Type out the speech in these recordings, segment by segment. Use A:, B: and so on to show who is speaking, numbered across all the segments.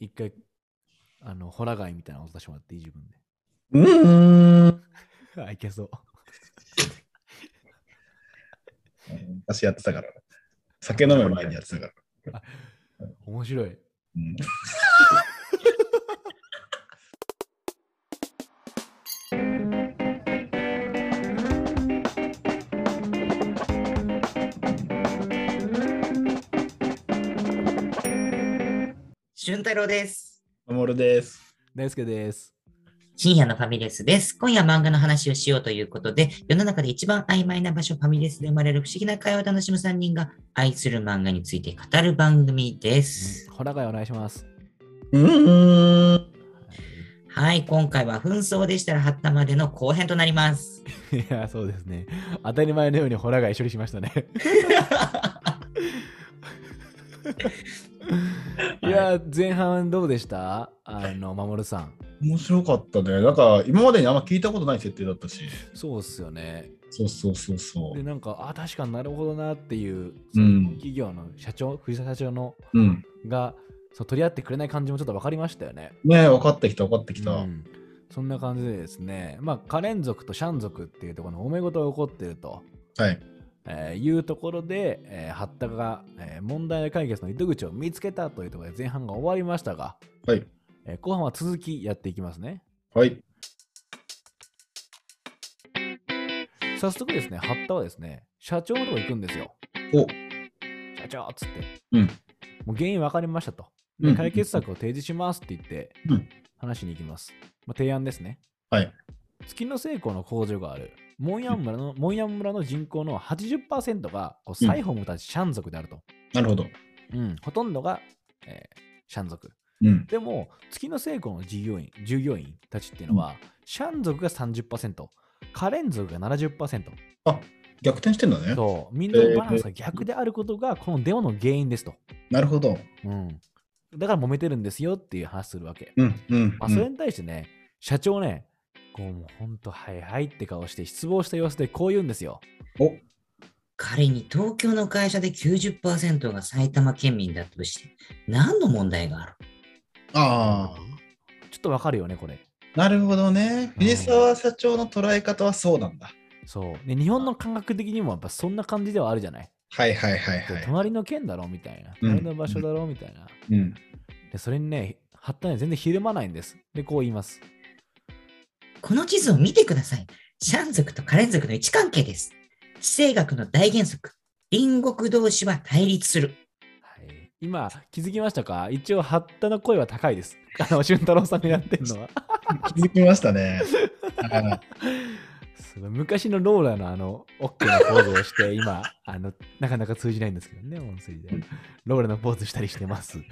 A: 一回、あの、ホラガイみたいな音出してもらっていい自分
B: うーん。
A: で。 あ、いけそう。
B: 昔やってたから。酒飲む前にやってたから。
A: 面白い。
B: うん
C: 俊太郎です。
B: マモルです。
A: 大輔です。
C: 深夜のファミレスです。今夜漫画の話をしようということで、世の中で一番曖昧な場所、ファミレスで生まれる不思議な会話を楽しむ3人が愛する漫画について語る番組です。
A: ホラガイお願いします。
B: うーん。
C: はい、今回は紛争でしたらはったまでの後編となります。
A: い や、そうですね。当たり前のようにホラガイ処理しま したね。いや、前半どうでしたあの、守さん。
B: 面白かったね。なんか、今までにあんま聞いたことない設定だったし。
A: そうっすよね。
B: そうそうそうそ
A: で、なんか、あ、確かになるほどなっていう、
B: うん
A: 企業の社長、藤沢社長の
B: う。うん。
A: がそう取り合ってくれない感じもちょっと分かりましたよね。
B: ねえ、分かってきた、分かってきた。
A: うんそんな感じでですね、まあ、カレン族とシャン族っていうところの揉め事が起こっていると、
B: はい。
A: えーいうところで、えーハッタが、えー問題解決の糸口を見つけたというところで前半が終わりましたが、
B: はい。
A: えー後半は続きやっていきますね。
B: はい。
A: 早速ですね、ハッタはですね、社長のとこ行くんですよ。
B: お、
A: 社長っつって。
B: うん
A: もう原因分かりましたと。
B: う
A: で
B: ん
A: 解決策を提示しますって言って
B: うん、
A: 話しに行きます。まあ、提案ですね。
B: はい。
A: 月の成功の工場がある。モンヤン村の、モンヤン村の人口の80%が、こう、
B: うん
A: サイホムたち、シャン族であると。
B: なるほど。
A: うん。ほとんどが、えーシャン族。
B: うん。
A: でも、月の成功の従業員、従業員たちっていうのは、シャン族が30%、カレン族が70%。
B: あ、逆転してんだね。
A: そう。みんなのバランスが逆であることが、このデモの原因ですと。
B: なるほど。
A: うん。だから揉めてるんですよっていう話するわけ。
B: うん。うん。
A: まあ、それに対してね、社長ね、こうもうほんとはいはいって顔して失望した様子でこう言うんですよ。
B: お、
C: 仮に東京の会社で90%が埼玉県民だとして、何の問題がある
B: ああ。
A: ちょっとわかるよね、これ。
B: なるほどね。藤沢社長の捉え方はそうなんだ。
A: そう。で日本の感覚的にもやっぱそんな感じではあるじゃない。
B: はいはいはいは
A: で
B: い。
A: 隣の県だろみたいな。
B: うん
A: 隣の場所だろみたいな。
B: うん。
A: で、それにね、ハッタね、全然ひるまないんです。で、こう言います。
C: この地図を見てください。シャン族とカレン族の位置関係です。地政学の大原則。隣国同士は対立する。
A: はい、今、気づきましたか一応、ハッタの声は高いです。あの、俊太郎さんがやってるのは。
B: 気づきました ね。あ
A: すごい昔のローラのあの、オッケーのポーズを して、今、あの、なかなか通じないんですけどね、音声で
B: うん。
A: ローラのポーズしたりしてます。
B: ー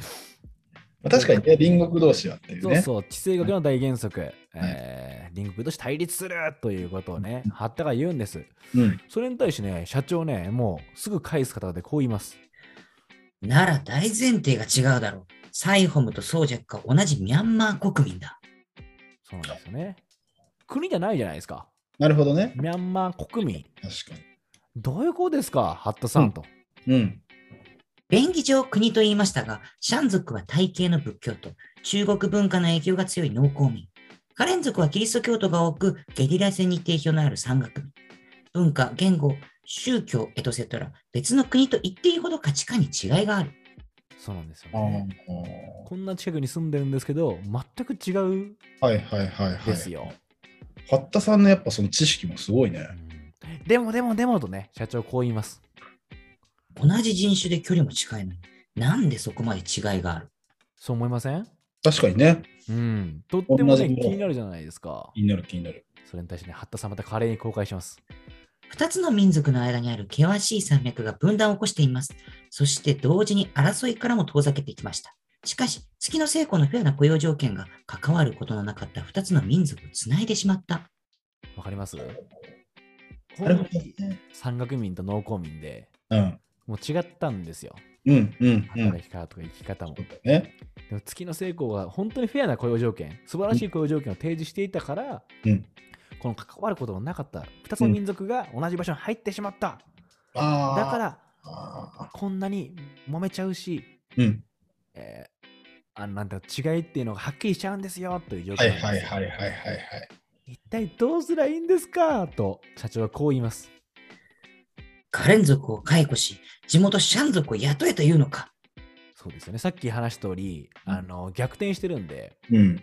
B: 確かにね、隣国同士はっていう
A: そう
B: ね。
A: そう、地政学の大原則、えー、隣国同士対立するということをね、ハッタが言うんです。
B: うん。
A: それに対してね、社長ね、もうすぐ返す方でこう言います。
C: なら大前提が違うだろう。サイホムとソージャックは同じミャンマー国民だ。
A: そうなんですよね。国じゃないじゃないですか。
B: なるほどね。
A: ミャンマー国民。
B: 確か
A: どういうことですか、ハッタさんと。
B: に。うん。
C: 便宜上国と言いましたが、シャン族は体系の仏教と中国文化の影響が強い農耕民。カレン族はキリスト教徒が多く、ゲリラ戦に定評のある山岳民。文化、言語、宗教、エトセトラ、別の国と言っていいほど価値観に違いがある。
A: そうなんですよ
B: あ
A: ね。こんな近くに住んでるんですけど、全く違う
B: あ。はいはいはいはい。
A: ですよ。
B: 八田さんのやっぱその知識もすごいね。
A: でもでもでもとね、社長こう言います。
C: 同じ人種で距離も近いのに、なんでそこまで違いがある
A: そう思いません
B: 確かにね。
A: うん。とっても
B: 同じ
A: ね、
B: もの
A: 気になるじゃないですか
B: 気。になる気になる。
A: それに対してね、八田さんまた華麗に公開します。
C: 二つの民族の間にある険しい山脈が分断を起こしています。そして同時に争いからも遠ざけていきました。しかし、月の成功のフェアな雇用条件が関わることのなかった二つの民族をつないでしまった。
A: わかります
B: なるほど
A: 本来
B: ね。
A: 山岳民と農耕民で、
B: うん。
A: もう違ったんですよ。
B: うんうんうん。
A: 働き方とか生き方も。
B: そうだね。
A: でも月の成功が本当にフェアな雇用条件、素晴らしい雇用条件を提示していたから、
B: うん
A: この関わることのなかった2つの民族が同じ場所に入ってしまった。
B: ああ。
A: だから、
B: ら。
A: こんなに揉めちゃうし、
B: うん。
A: えあのなんだ違いっていうのがはっきりしちゃうんですよという状況
B: はい
A: なん
B: はい
A: ですよ
B: はいはいはいはい。
A: 一体どうすりゃいいんですかと社長はこう言います。
C: カレン族を解雇し、地元シャン族を雇えというのか。
A: そうですよね。さっき話した通り、
B: うん
A: あの逆転してるんで、
B: うん。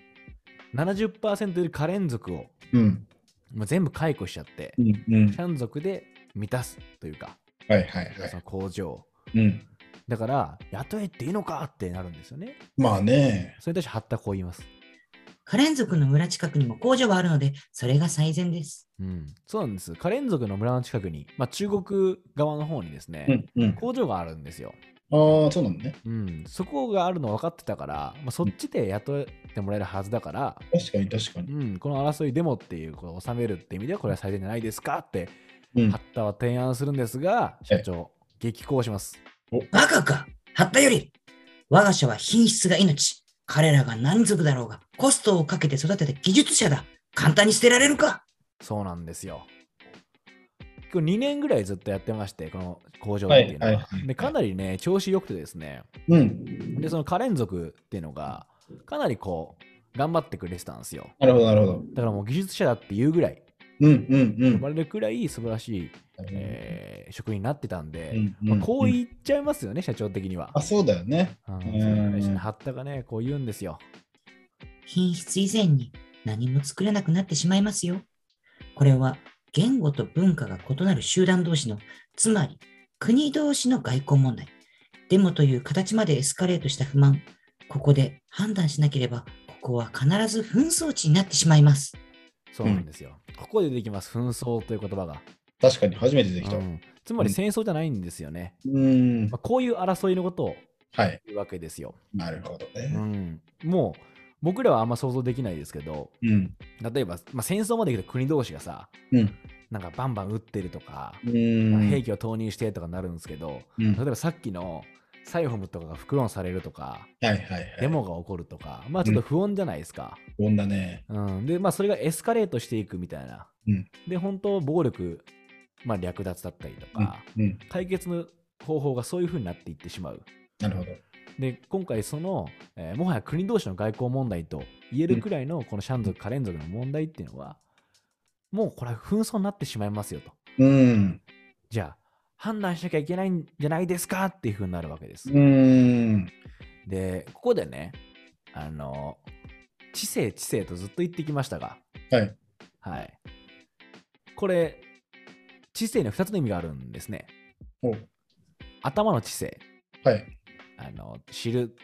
A: 70%よりカレン族を
B: うん。
A: もう全部解雇しちゃって
B: う、ん。うん
A: シ。ャン族で満たすというか、
B: はいはいは
A: そ
B: い。
A: の工場。
B: うん。
A: だから、雇えっていいのかってなるんですよね。
B: まあね。
A: それに対して、ハッタこう言います。
C: カレン族の村近くにも工場はあるので、それが最善です。
A: うん、そうなんです。カレン族の村の近くに、まあ、中国側の方にですね、
B: うんうん。
A: 工場があるんですよ。
B: ああ、そうなのね。
A: うん、そこがあるの分かってたから、まあ、そっちで雇ってもらえるはずだから、
B: 確かに確かに。
A: うん、この争いでもっていうことを収めるって意味ではこれは最善じゃないですかって、
B: うん
A: ハッタは提案するんですが、社長、激高します。
C: バカかハッタより我が社は品質が命。彼らが何族だろうが、コストをかけて育てた技術者だ。簡単に捨てられるか
A: そうなんですよ。これ2年ぐらいずっとやってまして、この工場っ
B: は
A: て
B: い
A: いうのは。
B: はいはい
A: でかなりね、調子良くてですね、
B: うん。
A: で、そのカレン族っていうのが、かなりこう、頑張ってくれてたんですよ。
B: なるほどなるほど。
A: だからもう技術者だっていうぐらい、
B: うんうんう
A: 呼
B: ん
A: ば。れるくらい素晴らしい、
B: うん
A: えー職員になってたんで、
B: う
A: まあ
B: ん
A: こう言っちゃいますよね、社長的には。
B: あ、そうだよね。
A: うん
B: うん
A: それに対してねハッタがね、こう言うんですよ。
C: 品質以前に何も作れなくなってしまいますよ。これは言語と文化が異なる集団同士の、つまり国同士の外交問題。デモという形までエスカレートした不満。ここで判断しなければ、ここは必ず紛争地になってしまいます。
A: そうなんですよ。ここで出てきます、紛争という言葉が。
B: 確かに初めてできた
A: う。んつまり戦争じゃないんですよね。
B: うん
A: まあ、。こういう争いのことを
B: はい。
A: 言うわけですよ。
B: なるほど
A: う
B: ね。
A: ん、もう僕らはあんま想像できないですけど、
B: うん。
A: 例えば、まあ、戦争まで来た国同士がさ、
B: うん。
A: なんかバンバン撃ってるとか、
B: うん。
A: 兵器を投入してとかなるんですけど、
B: うん。
A: 例
B: は
A: えばさっきのサイホムとかが復論されるとか、
B: いはいはい。
A: デモが起こるとか、まあちょっと不穏じゃないですか。
B: 不穏だね。
A: うん、で、まあそれがエスカレートしていくみたいな。
B: うん
A: で、本当、暴力、まあ略奪だったりとか、
B: うん。うん。
A: 解決の方法がそういう風になっていってしまう。
B: なるほど。
A: で、今回その、えーもはや国同士の外交問題と言えるくらいのこのシャン族、カレン族の問題っていうのは、もうこれは紛争になってしまいますよと。
B: うん。
A: じゃあ、判断しなきゃいけないんじゃないですかっていう風になるわけです。
B: うん。
A: で、ここでね、あの、知性知性とずっと言ってきましたが、
B: はい。
A: はい。これ、知性には2つの意味があるんですね。
B: お
A: 頭の知性、
B: はい。
A: あの、知る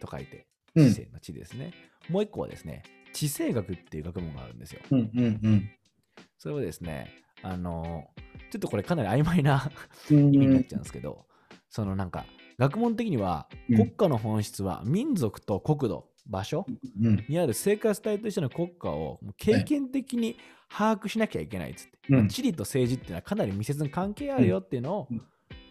A: と書いて、
B: う
A: 知
B: ん。
A: 性の知ですね。もう一個はですね、知性学っていう学問があるんですよ。
B: うんうん
A: それはですね、あの、ちょっとこれかなり曖昧な
B: うん。
A: 意味になっちゃうんですけど、そのなんか、学問的には
B: うん
A: 国家の本質は民族と国土、場所
B: うん。
A: にある生活体としての国家をもう経験的に把握しなきゃいけないっつって、
B: うん
A: まあ地理と政治っていうのはかなり密接に関係あるよっていうのを
B: うんうん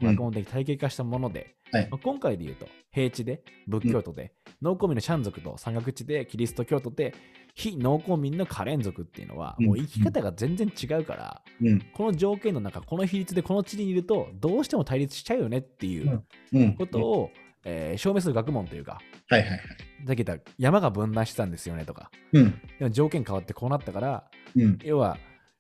A: 学問的体系化したもので、
B: はい
A: まあ今回で言うと平地で仏教徒で、農耕民のシャン族と山岳地でキリスト教徒で非農耕民のカレン族っていうのは
B: うん
A: もう生き方が全然違うから、
B: うん。
A: この条件の中この比率でこの地理にいるとどうしても対立しちゃうよねっていう
B: うん。
A: ことを、えー証明する学問というか
B: はいはいはい。
A: さっき言った山が分断してたんですよねとか
B: うん。
A: でも条件変わってこうなったから、
B: うん。
A: 要は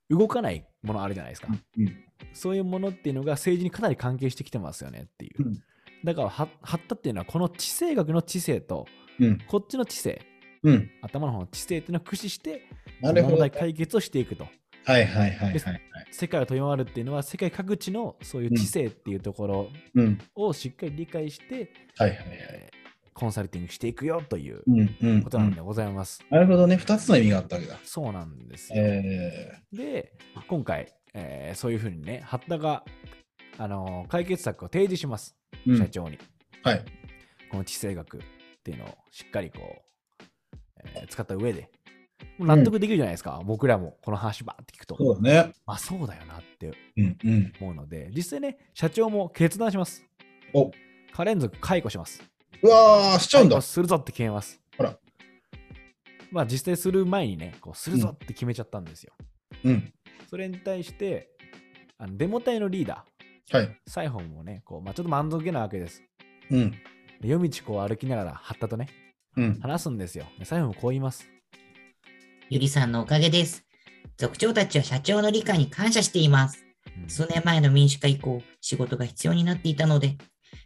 A: 動かないものあるじゃないですか。
B: うん。
A: そういうものっていうのが政治にかなり関係してきてますよねっていう。
B: うん
A: だから、は発達っていうのは、この地政学の知性と、
B: うん。
A: こっちの知性、
B: うん。
A: 頭の方の知性っていうのを駆使して、
B: なるほ
A: 問
B: ど。は
A: 題
B: い
A: 解決をしていくと。
B: はいはいはいはい。
A: 世界を飛び回るっていうのは、世界各地のそういう知性っていうところ
B: うん。
A: をしっかり理解して、
B: はいはいはい。
A: えーコンサルティングしていくよという
B: うんうん
A: ことなんでございます。
B: なるほどね。二つの意味があったわけだ。
A: そうなんですよ。
B: え
A: で、今回、えーそういうふうにね、ハッタが、あのー解決策を提示します、
B: ー、
A: 社長に。
B: はい。
A: この地政学っていうのをしっかりこう、えー使った上で、もう納得できるじゃないですか、僕らもこの話ばーって聞くと、
B: そうだね。
A: まあそうだよなって
B: うんうん。
A: 思うので、実際ね、社長も決断します。
B: お
A: カレン族解雇します。
B: うわー、しちゃうん
A: 解
B: だ
A: 雇。するぞって決めます。
B: ほら。
A: まあ実際する前にね、こうするぞって決めちゃったんですよ。
B: うん。
A: それに対して、あのデモ隊のリーダー、
B: はい。
A: サイホンもね、こうまあ、ちょっと満足げなわけです。
B: うん。
A: で夜道こう歩きながら、ハッタとね、
B: うん。
A: 話すんですよ。で最後にこう言います。
C: ゆりさんのおかげです。族長たちは社長の理解に感謝しています。
A: うん
C: 数年前の民主化以降、仕事が必要になっていたので、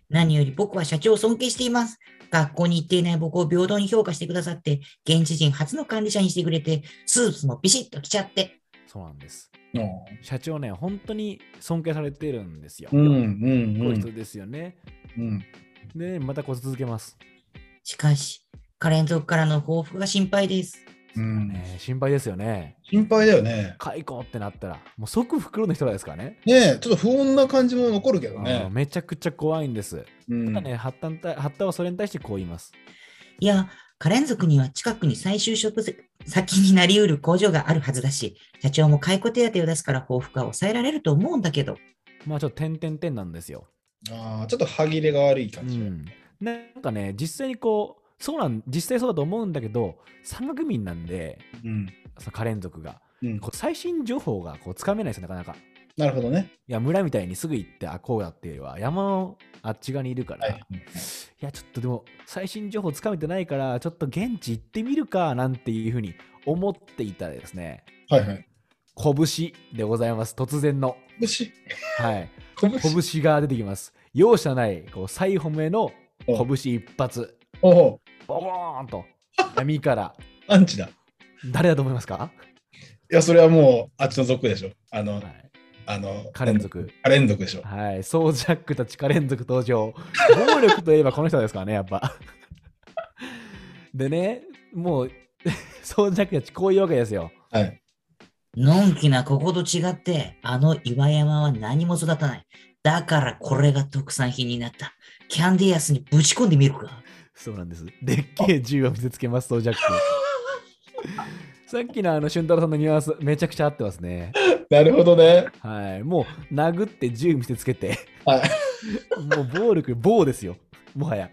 C: 何より僕は社長を尊敬しています。学校に行っていない僕を平等に評価してくださって、現地人初の管理者にしてくれて、スーツもビシッと着ちゃって。
A: そうなんです。
B: お
A: 社長ね、本当に尊敬されてるんですよ。
B: うん、
A: こ
B: うん、
A: う
B: う
A: いうん人。ですよね。
B: うん。
A: で、またこう続けます。
C: しかし、カレン族からの報復が心配です。
B: うん。
A: ね心配ですよね。
B: 心配だよね。
A: 解雇ってなったら、もう即袋の人らですからね。
B: ねえ、ちょっと不穏な感じも残るけど
A: あー
B: ね。
A: めちゃくちゃ怖いんです。
B: うん
A: ただね、ハッタンたハッタはそれに対してこう言います。
C: いや、カレン族には近くに再就職先になりうる工場があるはずだし、社長も解雇手当を出すから報復は抑えられると思うんだけど、
A: まあちょっと点々点なんですよ。
B: ああ、ちょっと歯切れが悪い感
A: う
B: じ。
A: ん、なんかね、実際にこう、そうなん、実際そうだと思うんだけど、山岳民なんで、
B: うん。
A: そのカレン族が。
B: うん
A: こう最新情報がこうつかめないですよ、なかなか。
B: なるほどね。
A: いや、村みたいにすぐ行って、あ、こうだっていうよりは、山のあっち側にいるから、
B: はい
A: い、や、ちょっとでも、最新情報つかめてないから、ちょっと現地行ってみるか、なんていうふうに思っていたらですね、
B: はいはい。
A: 拳でございます、突然の。
B: 拳。
A: はい。
B: 拳。
A: 拳が出てきます。容赦ない、こう、最褒めの拳一発、
B: おお、
A: ボコーンと、闇から、
B: アンチだ。い
A: 誰だと思いますか、
B: や、それはもう、あっちの族でしょ。あの、
A: はい、
B: あの、
A: カレン。族。
B: カレン族でしょ。
A: はい、ソージャックたちカレン族登場。暴力といえばこの人ですからね、やっぱ。 でね、もう、 ソージャックたちこういうわけですよ。
B: はい。
C: のんきなここと違って、あの岩山は何も育たない。だからこれが特産品になった。キャンディアスにぶち込んでみるか。
A: そうなんです。でっけえ銃を見せつけます、ソージ ャック。さっきのあの、俊太郎さんのニュアンス、めちゃくちゃ合ってますね。
B: なるほどね。
A: はい、もう、殴って銃見せつけて、
B: はい。
A: もう暴力、棒ですよ、もはや。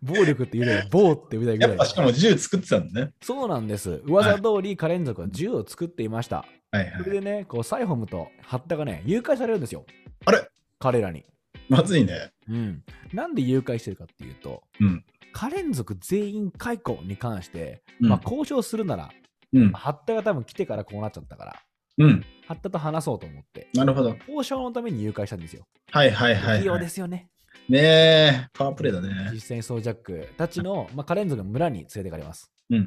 A: 暴力って言うより棒って言うぐ
B: や
A: ら
B: っ
A: い
B: ぱ。しかも銃作ってたんだね。
A: そうなんです。噂通り、カレン族は銃を作っていました。
B: はいは
A: それで
B: い。
A: ね、こうサイホムとハッタがね、誘拐されるんですよ。
B: あれ
A: 彼らに。
B: まずいね。
A: うん。なんで誘拐してるかっていうと、
B: うん
A: カレン族全員解雇に関して、
B: うん
A: まあ、交渉するなら、
B: うん
A: まあ。ハッタが多分来てからこうなっちゃったから、
B: うん。
A: ハッタと話そうと思って、
B: なるほど。
A: 交渉のために誘拐したんですよ。
B: はいはいはい、
A: 器
B: は
A: 用
B: い
A: で。すよね。
B: ねえ、パワープレイだね。
A: 実際にソージャックたちの、まあ、カレン族の村に連れてかれます。
B: うん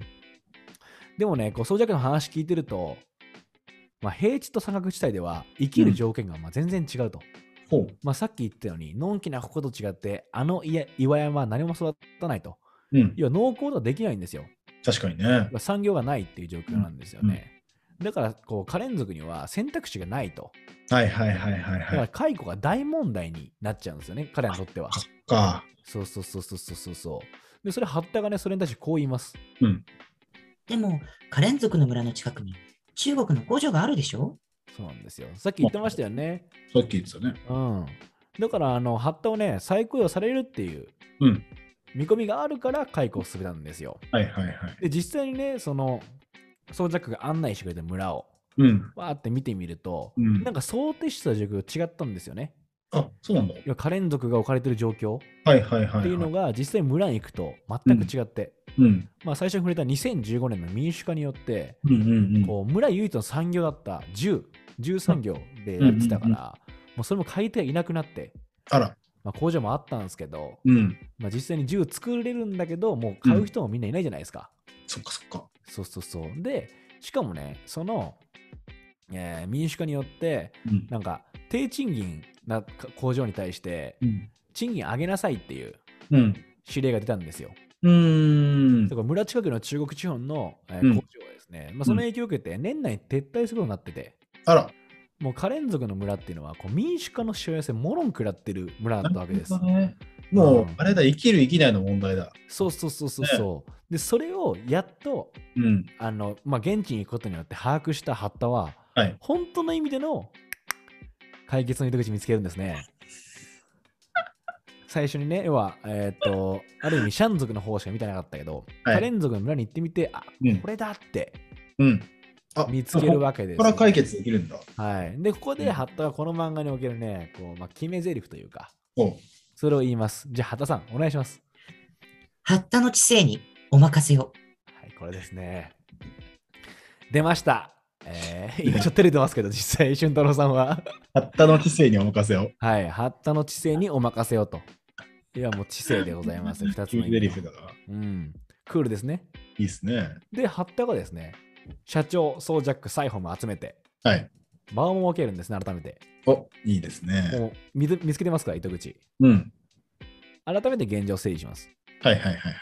A: でもね、こうソージャックの話聞いてると、まあ、平地と山岳地帯では生きる条件がまあ全然違うと。
B: ほう。
A: まあ、さっき言ったように、のんきなここと違って、あの家岩山は何も育たないと。
B: うん。
A: 要は農耕とはできないんですよ。
B: 確かにね。
A: 産業がないっていう状況なんですよね。だから、こう、カレン族には選択肢がないと。
B: はいはいはいはい
A: だか
B: は
A: ら、
B: い。
A: 解雇が大問題になっちゃうんですよね、彼らにとっては
B: あ。そっか。
A: そうそうそうそうそうそうそう。で、それ、ハッタがね、それに対してこう言います。
C: でも、カレン族の村の近くに中国の工場があるでしょ
A: そうなんですよ。さっき言ってましたよね。
B: さっき言ってたね。
A: うん。だから、あの、ハッタをね、再雇用されるっていう
B: うん。
A: 見込みがあるから解雇を進めたんですよ。
B: はいはいはい。
A: で実際にねそのソージャックが案内してくれた村を
B: うん。
A: わーって見てみると、
B: うん
A: なんか想定してた状況と違ったんですよね。
B: あ、そうなんだ。
A: 要はカレン族が置かれてる状況っ
B: はいはいはい、はい。
A: ていうのが実際村に行くと全く違って、
B: うん。
A: まあ、最初に触れた2015年の民主化によって
B: うんうんうん。
A: こう村唯一の産業だった10、13業でやってたから、もうそれも買い手がいなくなって、
B: あら。
A: まあ、工場もあったんですけど、
B: うん。
A: まあ、実際に銃作れるんだけどもう買う人もみんないないじゃないですか。
B: そっかそっか。
A: そうそうそう。で、しかもね、その、えー民主化によって、
B: うん。
A: なんか、低賃金なか工場に対して、
B: うん。
A: 賃金上げなさいっていう
B: うん。
A: 指令が出たんですよ。
B: うーん
A: だ。から村近くの中国地方の、えー
B: うん
A: 工場はですね、まあ、その影響を受けて、年内に撤退することになってて、
B: あら。
A: もうカレン族の村っていうのは、こう民主化のしわ寄せ、もろん食らってる村だったわけです
B: な。るほどねも
A: う、
B: うんあれだ、生きる生きないの問題だ。
A: そうそうそうそうそう。で、それをやっと、
B: うん。
A: あの、まあ、現地に行くことによって把握したハッタは、
B: はい。
A: 本当の意味での解決の糸口見つけるんですね。最初にね、要は、えーっと、ある意味、シャン族の方しか見てなかったけど、
B: はい
A: カレン族の村に行ってみて、あ
B: うん
A: こ。れだって
B: うん。あ、
A: 見つける
B: わ
A: わけです、
B: こから解。決できるんだ。
A: はい。で、ここ
B: う
A: で、
B: ん
A: ハッタがこの漫画におけるね、こう、まあ、決め台詞というか、
B: ほう。
A: それを言います。じゃあ、ハッタさん、お願いします。
C: ハッタの知性にお任せを。
A: はい、これですね。出ました。えー、今ちょっと照れてますけど、実際、俊太郎さんは、
B: たったの知性にお任せを。
A: はい、八田の知性にお任せをと。いや、もう知性でござい ます。二つ
B: キ
A: 目
B: ーデリフだな。
A: うん。クールですね。
B: いいっすね。
A: で、八田がですね、社長、ソージャック、サイホンも集めて、
B: はい。
A: 場を設けるんですね、改めて。
B: お、いいですね。
A: もう見つ見つけてますから、糸口。
B: うん。
A: 改めて現状を整理します。
B: はいはいはいはいはい。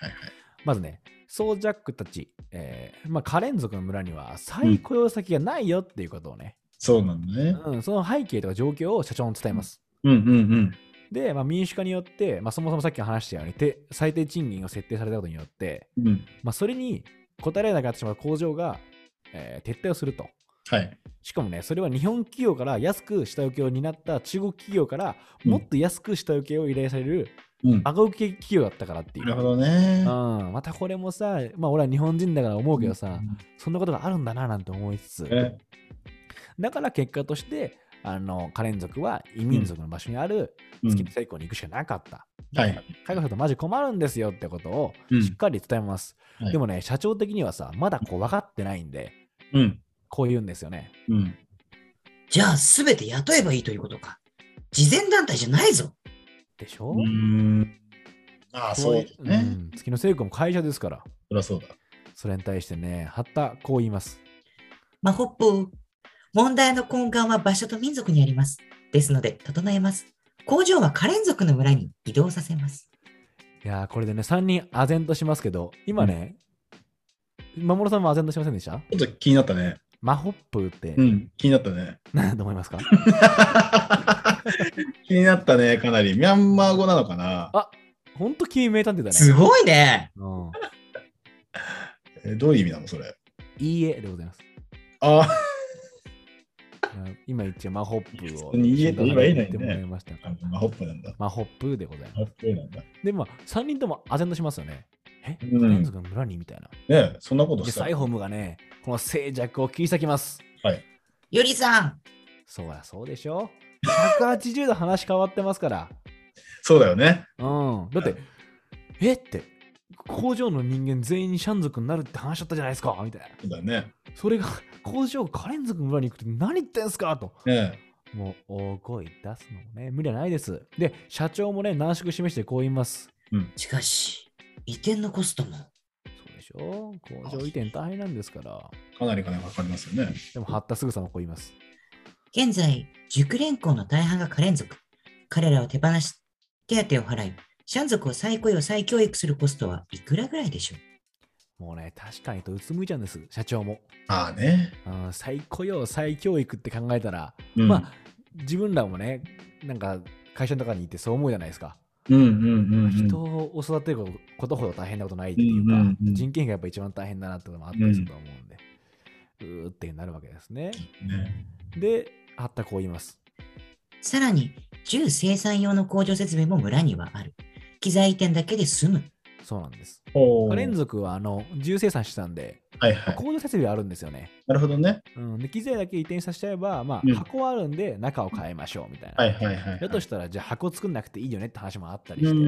A: まずね、ソージャックたち、えーまあ、カレン族の村には再雇用先がないよっていうことをね、
B: そうなんだね。
A: うん、その背景とか状況を社長に伝えます。
B: うんうん
A: で、まあ、民主化によって、まあ、そもそもさっき話したように、て最低賃金を設定されたことによって、
B: うん。うん。
A: まあ、それに応えられなくなってしまう工場が、えー撤退をすると。
B: はい。
A: しかもね、それは日本企業から安く下請けを担った中国企業から
B: うん
A: もっと安く下請けを依頼される
B: うん。な
A: 赤請け企業だったからっていう。
B: るほどね。
A: うん、またこれもさ、まあ俺は日本人だから思うけどさ、
B: うん
A: そんなことがあるんだななんて思いつつ、
B: え
A: だから結果として、あの、カレン族は異民族の場所にある
B: うん
A: 月見成功に行くしかなかった。
B: はい。
A: 海外だとマジ困るんですよってことを
B: うん
A: しっかり伝えます。
B: はい
A: でもね、社長的にはさ、まだこう分かってないんで、
B: うん。
A: こう言うんですよね。
B: うん。
C: じゃあ、すべて雇えばいいということか。慈善団体じゃないぞ。
A: でしょ、
B: うーん。ああ、そうです
A: う
B: ね。
A: ん月の成功も会社ですから、
B: そりゃそうだ。
A: それに対してね、ハッタこう言います。
C: マホップ、問題の根幹は場所と民族にあります。ですので、整えます。工場はカレン族の村に移動させます。
A: いやー、これでね、3人唖然としますけど、今ね、まもろさんも唖然としませんでした
B: ちょっと気になったね。
A: マホップって
B: うん。気になったね。
A: 何だと思いますか
B: 気になったね、かなり。ミャンマー語なのかな
A: あほんと君名探偵だ
C: す
A: ね。
C: ごいね。
A: うん、
B: えどういう意味なのそれ。
A: いいえでございます。
B: あ
A: いや今一応マホップを
B: いい
A: 慎
B: え
A: 太郎さんに言ってもらいましたか
B: あ
A: ら。、
B: マホップなんだ。
A: マホップでございます
B: マ。ホップなんだ。ね
A: で、まあ、3人とも唖然としますよね。え
B: うん
A: カレン族の村にみたいな。
B: えそんなこと
A: で、
B: した
A: サイホームがね、この静寂を切り裂きます。
C: ゆりさん、
A: そうや、そうでしょ ?180 度話変わってますから。
B: そうだよね。
A: うん。だって、えって、工場の人間全員シャン族になるって話だったじゃないですかみたいな。
B: そうだよね。
A: それが、 工場カレン族の村に行くって何言ってんすかと。
B: ねえ
A: もう大声出すのもね、無理はないです。で、社長もね、難色示してこう言います。
C: しかし、移転のコストも。
A: そうでしょ工場移転大変なんですから。
B: かなり金がかかりますよね。
A: でも、ハったすぐさまこう言います。
C: 現在、熟練工の大半がカレン族。彼らを手放し、手当を払い、シャン族を再雇用、再教育するコストはいくらぐらいでしょう
A: もうね、確かにとうつむいちゃうんです、社長も。
B: ああね。
A: うん、再雇用、再教育って考えたら、
B: うん
A: まあ、自分らもね、なんか会社の中にいてそう思うじゃないですか。
B: うんうんうんうん。
A: 人を育てることことほど大変なことないっていうか、
B: うんうんうん
A: 人件費がやっぱ一番大変だなってこともあったりすると思うんで、うーってなるわけですね。
B: ね。
A: で、あったこう言います。
C: さらに、銃生産用の工場設備も村にはある。機材移転だけで済む。
A: そうなんです。
B: ほう
A: カレン族はあの重生産してたんで、
B: はいはい。
A: 工場設備はあるんですよね。
B: なるほどね。
A: うん、で機材だけ移転させちゃえば、ま
B: うん
A: あ、箱はあるんで中を変えましょうみたいな。
B: はいはいはい。
A: だとしたら、じゃあ箱作んなくていいよねって話もあったり
B: う
A: して、
B: ー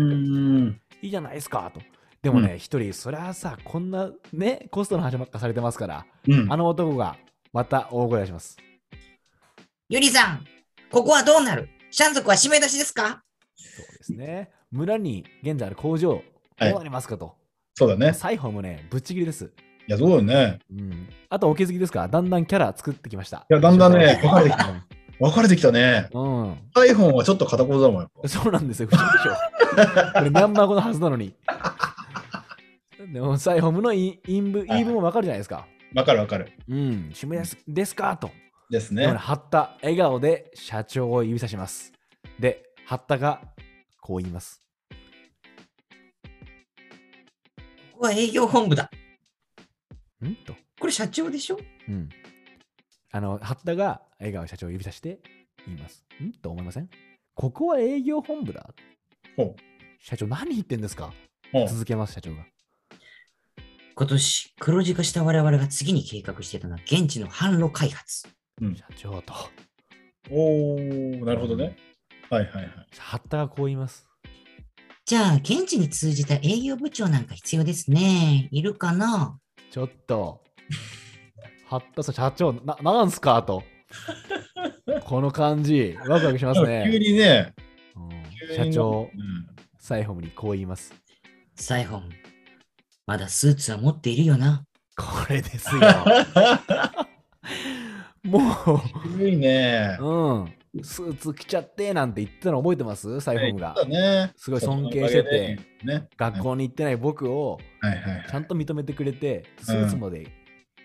B: ん。
A: いいじゃないですかと。でもね、一、人、そりゃさ、こんなね、コストの話ばっかされてますから、
B: うん。
A: あの男がまた大声出します。
C: ゆりさん、ここはどうなるシャン族は締め出しですか
A: そうですね。村に現在ある工場、どう
B: はい
A: なりますかと。
B: そうだね。
A: サイホーもね、ぶっちぎりです。
B: いや、そうだよね。
A: うん。あとお気づきですかだんだんキャラ作ってきました。
B: いやだんだんね
A: ちょっと
B: わかる分かれてきたね。
A: うん。うん。
B: iPhone はちょっと片言だもん、やっぱ。
A: そうなんですよ。不思議でしょ。これミャンマー語のはずなのに。でもサイホームの言い言い分言い分もわかるじゃないですか。
B: 分かる分かる。
A: うん。締めですですかと。
B: です
A: でも
B: ね
A: ね、。ハッタ、笑顔で社長を指さします。で、ハッタがこう言います。
C: ここは営業本部だ。
A: んと。
C: これ社長でしょ
A: うん。あの、八田が笑顔社長を指さして言います。んと思いませんここは営業本部だ。
B: ほう
A: 社長、何言ってんですか
B: ほう
A: 続けます、社長が。
C: 今年、黒字化した我々が次に計画してたのは現地の販路開発。
A: 社長と。
B: おー、なるほどね。はいはいはい。
A: 八田がこう言います。
C: じゃあ、現地に通じた営業部長なんか必要ですね。いるかな
A: ちょっと、はったさ、社長、な、なんすかと。この感じ、ワクワクします
B: 急
A: ね。
B: にね、
A: うん
B: 急
A: 社
B: に
A: 長
B: う、ん
A: サイホムにこう言います。
C: サイホン。まだスーツは持っているよな。
A: これですよ。も
B: 急にね、
A: う、うん、スーツ着ちゃってなんて言ってたの覚えてますサイホムが
B: そ。うだね、
A: すごい尊敬してて、
B: ね、
A: 学校に行ってない僕を
B: はいはいはい
A: ちゃんと認めてくれて、スーツまで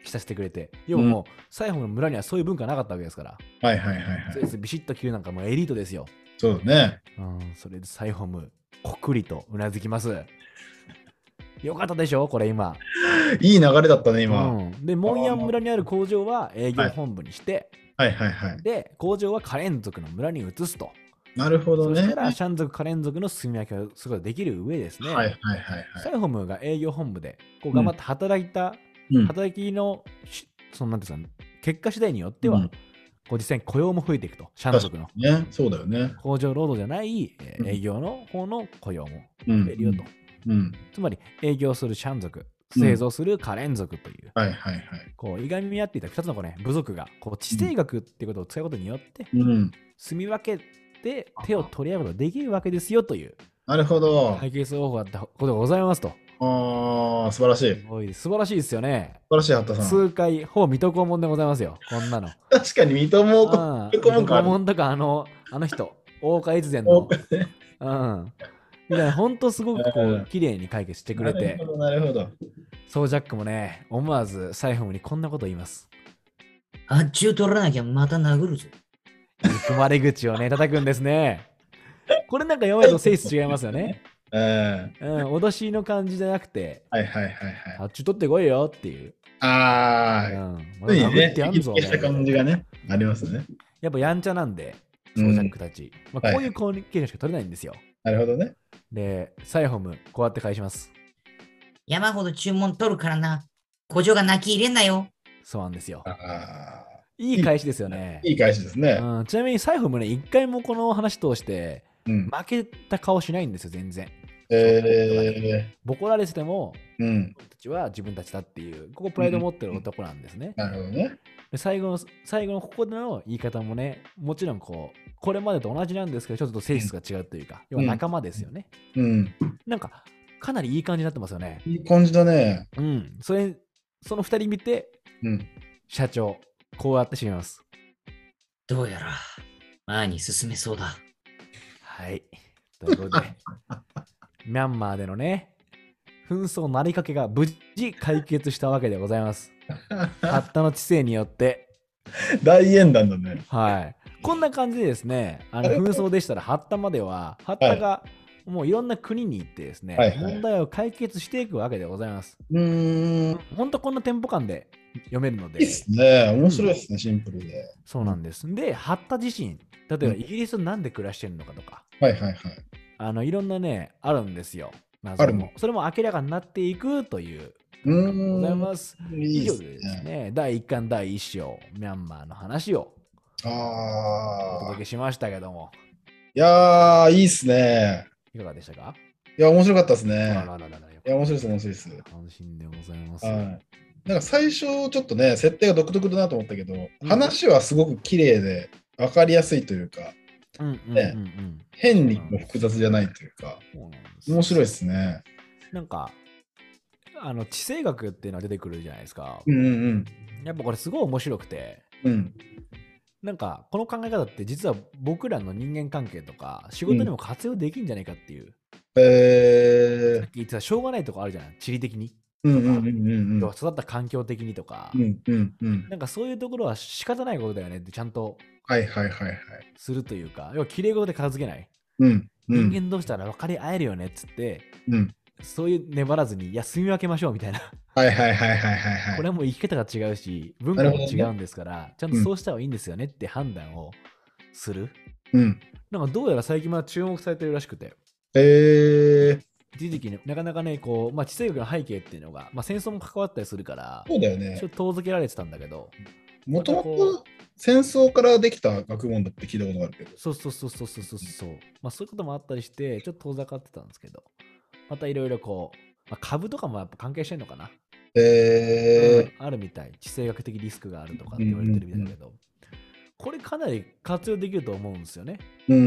A: 着させてくれて、要はもう、サイホムの村にはそういう文化なかったわけですから、
B: はいはいはいはい
A: スーツビシッと着るなんかもうエリートですよ。
B: そうだね。
A: うん、それでサイホム、こくりとうなずきます。よかったでしょこれ今。
B: いい流れだったね、今。
A: う
B: はい
A: ん、で、モンヤン村にある工場は営業本部にして、
B: はいはい。
A: で、工場はカレン族の村に移すと。
B: なるほど
A: そ
B: ね。
A: したら、シャン族、カレン族の住み分けをすごいできる上ですね。
B: はいはいはいはい。
A: サイホムが営業本部でこう頑張って働いた、
B: うん
A: 働きのしそのなんていうんですか結果次第によっては、
B: うん
A: こう実際に雇用も増えていくと、シャン族の
B: ね、そうだよね。
A: 工場労働じゃない、えー
B: うん
A: 営業の方の雇用も
B: う
A: 増えるよと。
B: ん。うん。
A: つまり営業するシャン族、
B: うん
A: 製造するカレン族という、
B: はいはいはい。
A: こういがみ合っていた2つのこう、ね、部族がこう地政学っていうことを使うことによって、
B: うん。
A: 住み分けて手を取り合うことができるわけですよという
B: なるほど。
A: 解決方法だったことでございますと。
B: ああ、素晴らしい。
A: す
B: 素
A: ごい素晴らしいですよね。
B: 晴らしい、八田さん。
A: 数回、ほぼ水戸黄門でございますよ、こんなの。
B: 確かに水戸もこ、
A: うん
B: 水戸黄門
A: 水戸
B: か
A: 黄門とか、あの、あの人、大岡越前
B: お
A: の、うん。みたいな、ほんとすごくこ
B: うん
A: う、綺麗に解決してくれ
B: なる
A: て
B: ほ、ど、なるほど。
A: そうジャックもね、思わずサイフォムにこんなこと言います。
C: あっちゅう取らなきゃまた殴るぞ。
A: 憎まれ口をね、叩くんですね。これなんか読めると性質違いますよね。
B: うん。はい
A: うん、脅しの感じじゃなくて、
B: はいはいはい。
A: あっち取ってこいよっていう。う
B: ああ、
A: ん。ま
B: ついに
A: 殴
B: ね
A: っ、てやん
B: 引き
A: ぞ
B: 付けした感じがね、ありますね。
A: やっぱやんちゃなんで、
B: う
A: ソ
B: ん
A: ージャックたち。ま
B: は
A: あ、
B: い
A: こういうコミュニケーションしか取れないんですよ。
B: なるほどね。
A: で、サイホム、こうやって返します。
C: 山ほど注文取るからな。古城が泣き入れんなよ。
A: そうなんですよ
B: あ。あ
A: いい返しですよね。
B: ー、いい返しですね。
A: うん、ちなみにサイホムね、一回もこの話通して、
B: うん。
A: 負けた顔しないんですよ、全然。
B: え
A: ボコられてても、
B: ー、うん。
A: 僕たちは自分たちだっていう、ここプライドを持ってる男なんですね。
B: なるほどね。
A: で最後の、最後のここでの言い方もね、もちろんこう、これまでと同じなんですけど、ちょっと性質が違うというか、要は仲間ですよね。
B: うん。
A: なんか、かなりいい感じになってますよね。
B: いい感じだね。
A: うん。それ、その二人見て、
B: うん。
A: 社長、こうやって締めます。
C: どうやら、前に進めそうだ。
A: はい。というこ とで、ミャンマーでのね、紛争なりかけが無事解決したわけでございます。発達の知性によって、
B: 大演談だね。
A: はい。こんな感じでですね、あの紛争でしたら、発達までは、発達がもういろんな国に行ってですね、
B: はいはい
A: 問題を解決していくわけでございます。
B: うーん。
A: ほんとこんなテンポ感で読めるの
B: いい
A: で
B: っ、すね。面白いですね、シンプルで。
A: そうなんです。で、発達自身、例えば
B: うん
A: イギリスなんで暮らしてるのかとか、
B: はいはいはい。
A: あのいろんなね、あるんですよ。
B: ある
A: も
B: の
A: それも明らかになっていくという。
B: うー
A: ござい
B: ん。
A: ます。
B: い
A: 以
B: いで
A: 上
B: す
A: でです
B: ね。
A: ね、第1巻第1章、ミャンマーの話をお
B: あ
A: 届
B: あ。
A: けしましたけども、
B: いやー、いいっすね。
A: いかがでしたか、
B: いや、面白かったですね。
A: あららららら
B: いや、面白いです、面白いです。
A: 安心でございます。
B: はい。なんか最初、ちょっとね、設定が独特だなと思ったけど、
A: ん
B: 話はすごく綺麗で、分かりやすいというか、
A: うんうんうんうん。
B: 変にも複雑じゃないというか、
A: そうなんです
B: 面白いですね。
A: なんか、あの地政学っていうのが出てくるじゃないですか。
B: うんうん
A: やっぱこれすごい面白くて、
B: うん。うん。
A: なんかこの考え方って実は僕らの人間関係とか仕事にも活用できんじゃないかっていう、
B: え
A: さ
B: ー
A: っき言ってたしょうがないとこあるじゃない、地理的に、
B: うんうんうんうん
A: 要は育った環境的にとか、
B: うんうんうん。
A: なんかそういうところは仕方ないことだよねってちゃんと
B: はいはいはいはい。
A: するというか、要は綺麗事で片付けない。
B: うんうん
A: 人間同士なら分かり合えるよねっつって、
B: うん。
A: そういう粘らずに、いや、住み分けましょうみたいな。
B: はいはいはいはいはいはい。
A: これはもう生き方が違うし、文化
B: なる
A: も
B: ほどね
A: 違うんですから、ちゃんとそうした方がいいんですよねって判断をする。
B: うん。
A: なんかどうやら最近は注目されてるらしくて、
B: えー、
A: 一時期ね、なかなかね、こう、まあ、地政学の背景っていうのが、まあ、戦争も関わったりするから、
B: そうだよ
A: ちょ
B: ね
A: っ。と遠ざけられてたんだけど、
B: もともと戦争からできた学問だって聞いたことがあるけど。
A: そうそうそうそうそうそうそう、まあ、そういうこともあったりしてちょっと遠ざかってたんですけどまたいろいろこう、まあ、株とかもやっぱ関係してんのかな、
B: え
A: うんあるみたい地政学的リスクがあるとかって言われてるみたいだけど、これかなり活用できると思うんですよね
B: ー、うんう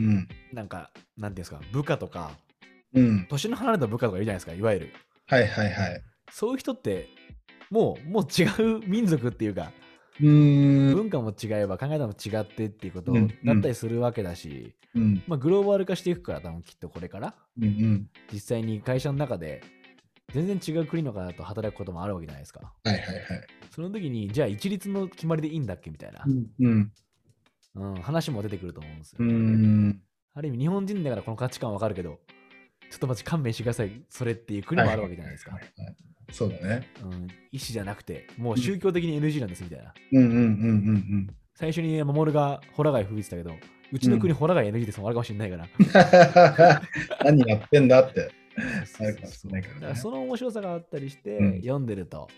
B: ん
A: なんかなんていうんですか部下とか
B: うん。うん。
A: 年の離れた部下とかいるじゃないですかいわゆる
B: はいはいはい。
A: そういう人ってもうもう違う民族っていうか
B: うーん。
A: 文化も違えば考え方も違ってっていうこと
B: うん
A: だったりするわけだし、
B: うん
A: まあ、グローバル化していくから多分きっとこれから
B: うんうん。
A: 実際に会社の中で全然違う国の方と働くこともあるわけじゃないですか
B: はいはいはい。
A: その時にじゃあ一律の決まりでいいんだっけみたいな、
B: うん。
A: うん話も出てくると思うんですよ
B: う
A: ね、
B: ん。
A: ある意味日本人だからこの価値観わかるけどちょっと待ち勘弁してくださいそれっていう国もあるわけじゃないですか、
B: はははいそうだね。
A: うん、意思じゃなくてもう宗教的に NG なんですみたいな
B: うんうんうん
A: 最初に守がホラガイ吹いてたけどうちの国ホラガイ NG ですもんあるかもしれないから
B: うんうん。 何やってんだって。
A: そうそうそうだ
B: なるかもしれないからね
A: からその面白さがあったりして、
B: うん
A: 読んでると、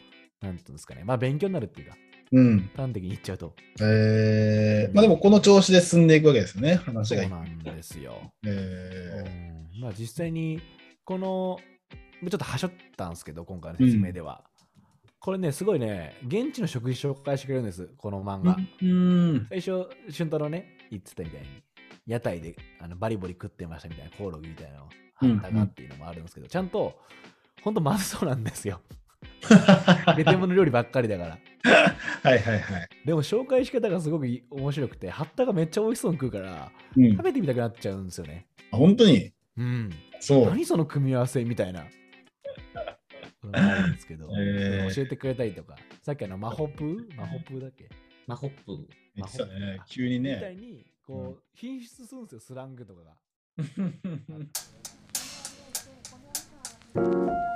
A: なんていうんですかね、まあ勉強になるっていうか、
B: うん。
A: 端的に言っちゃうと、
B: えー、まあでもこの調子で進んでいくわけですよね、
A: そ
B: 話
A: う
B: が。
A: なんですよ。
B: え
A: うんまあ実際に、この、ちょっとはしょったんですけど、今回の説明では。これね、すごいね、現地の食事紹介してくれるんです、この漫
B: ー
A: 画。
B: うん。
A: 最初、俊太郎ね、言ってたみたいに、屋台であのバリバリ食ってましたみたいな、コオロギみたいなの、ハンタガっていうのもあるんですけど、ちゃんと、ほんとまずそうなんです よ。ベトナムの料理ばっかりだから。
B: はいはいはい。
A: でも紹介し方がすごくい面白くて、ハッタがめっちゃ美味しそうに食うから、
B: うん
A: 食、べてみたくなっちゃうんですよね。
B: あ本当に
A: うん。
B: そう。
A: 何その組み合わせみたいな。そういうのがあるんですけど、
B: えー
A: 教えてくれたりとか、さっきあのマホプーマホプーだっけ
C: マホップ。
B: 言ってたね、急に
A: みたい
B: ね。
A: に、こう、品質するん ですよ、スラングとかが。
B: うん